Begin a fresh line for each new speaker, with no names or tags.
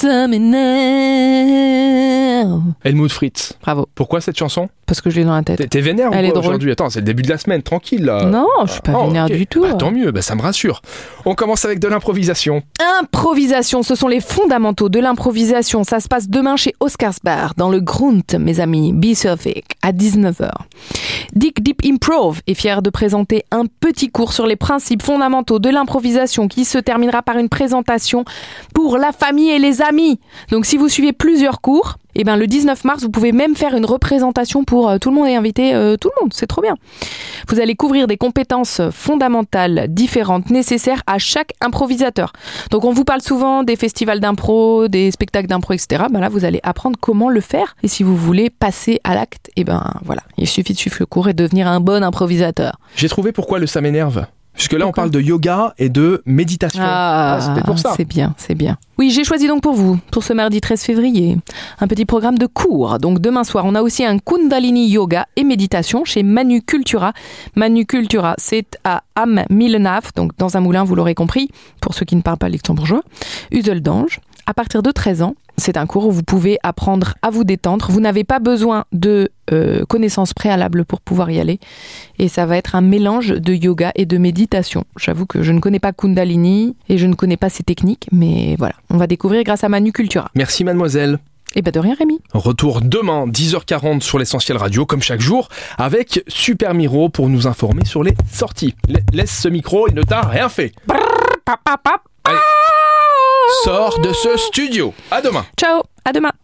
ça m'énerve.
Helmut Fritz.
Bravo.
Pourquoi cette chanson
Parce que je l'ai dans la
T'es
tête.
t'es vénère ou
Elle est
quoi
drôle.
aujourd'hui Attends, c'est le début de la semaine, tranquille là.
non, je suis pas
Ah,
vénère
ok.
du tout. hein.
Bah, tant mieux, bah, ça me rassure. On commence avec de l'improvisation.
Improvisation, ce sont les fondamentaux de l'improvisation. Ça se passe demain chez Oscars Bar, dans le Grunt, mes amis, Be Surfic, à 19h. Dick Deep Improv est fier de présenter un petit cours sur les principes fondamentaux de l'improvisation qui se terminera par une présentation pour la famille et les amis. Donc si vous suivez plusieurs cours, eh ben, le 19 mars, vous pouvez même faire une représentation pour euh, tout le monde et inviter euh, tout le monde. C'est trop bien. Vous allez couvrir des compétences fondamentales différentes nécessaires à chaque improvisateur. Donc on vous parle souvent des festivals d'impro, des spectacles d'impro, etc. Ben là, vous allez apprendre comment le faire. Et si vous voulez passer à l'acte, eh ben voilà, il suffit de suivre le cours et devenir un bon improvisateur.
J'ai trouvé pourquoi le ça m'énerve. Puisque là, on
Pourquoi
parle de yoga et de méditation.
Ah,
Ah, c'était pour ça.
c'est bien, c'est bien. Oui, j'ai choisi donc pour vous, pour ce mardi 13 février, un petit programme de cours. Donc demain soir, on a aussi un Kundalini Yoga et méditation chez Manu Cultura. Manu Cultura, c'est à Am Millenaf, donc dans un moulin, vous l'aurez compris, pour ceux qui ne parlent pas luxembourgeois, Useldange. À partir de 13 ans, c'est un cours où vous pouvez apprendre à vous détendre. Vous n'avez pas besoin de euh, connaissances préalables pour pouvoir y aller. Et ça va être un mélange de yoga et de méditation. J'avoue que je ne connais pas Kundalini et je ne connais pas ses techniques, mais voilà, on va découvrir grâce à Manu Cultura.
Merci, mademoiselle.
Et ben de rien Rémi.
Retour demain, 10h40 sur l'essentiel radio, comme chaque jour, avec Super Miro pour nous informer sur les sorties. La- Laisse ce micro, il ne t'a rien fait. Allez, sors de ce studio. À demain.
Ciao, à demain.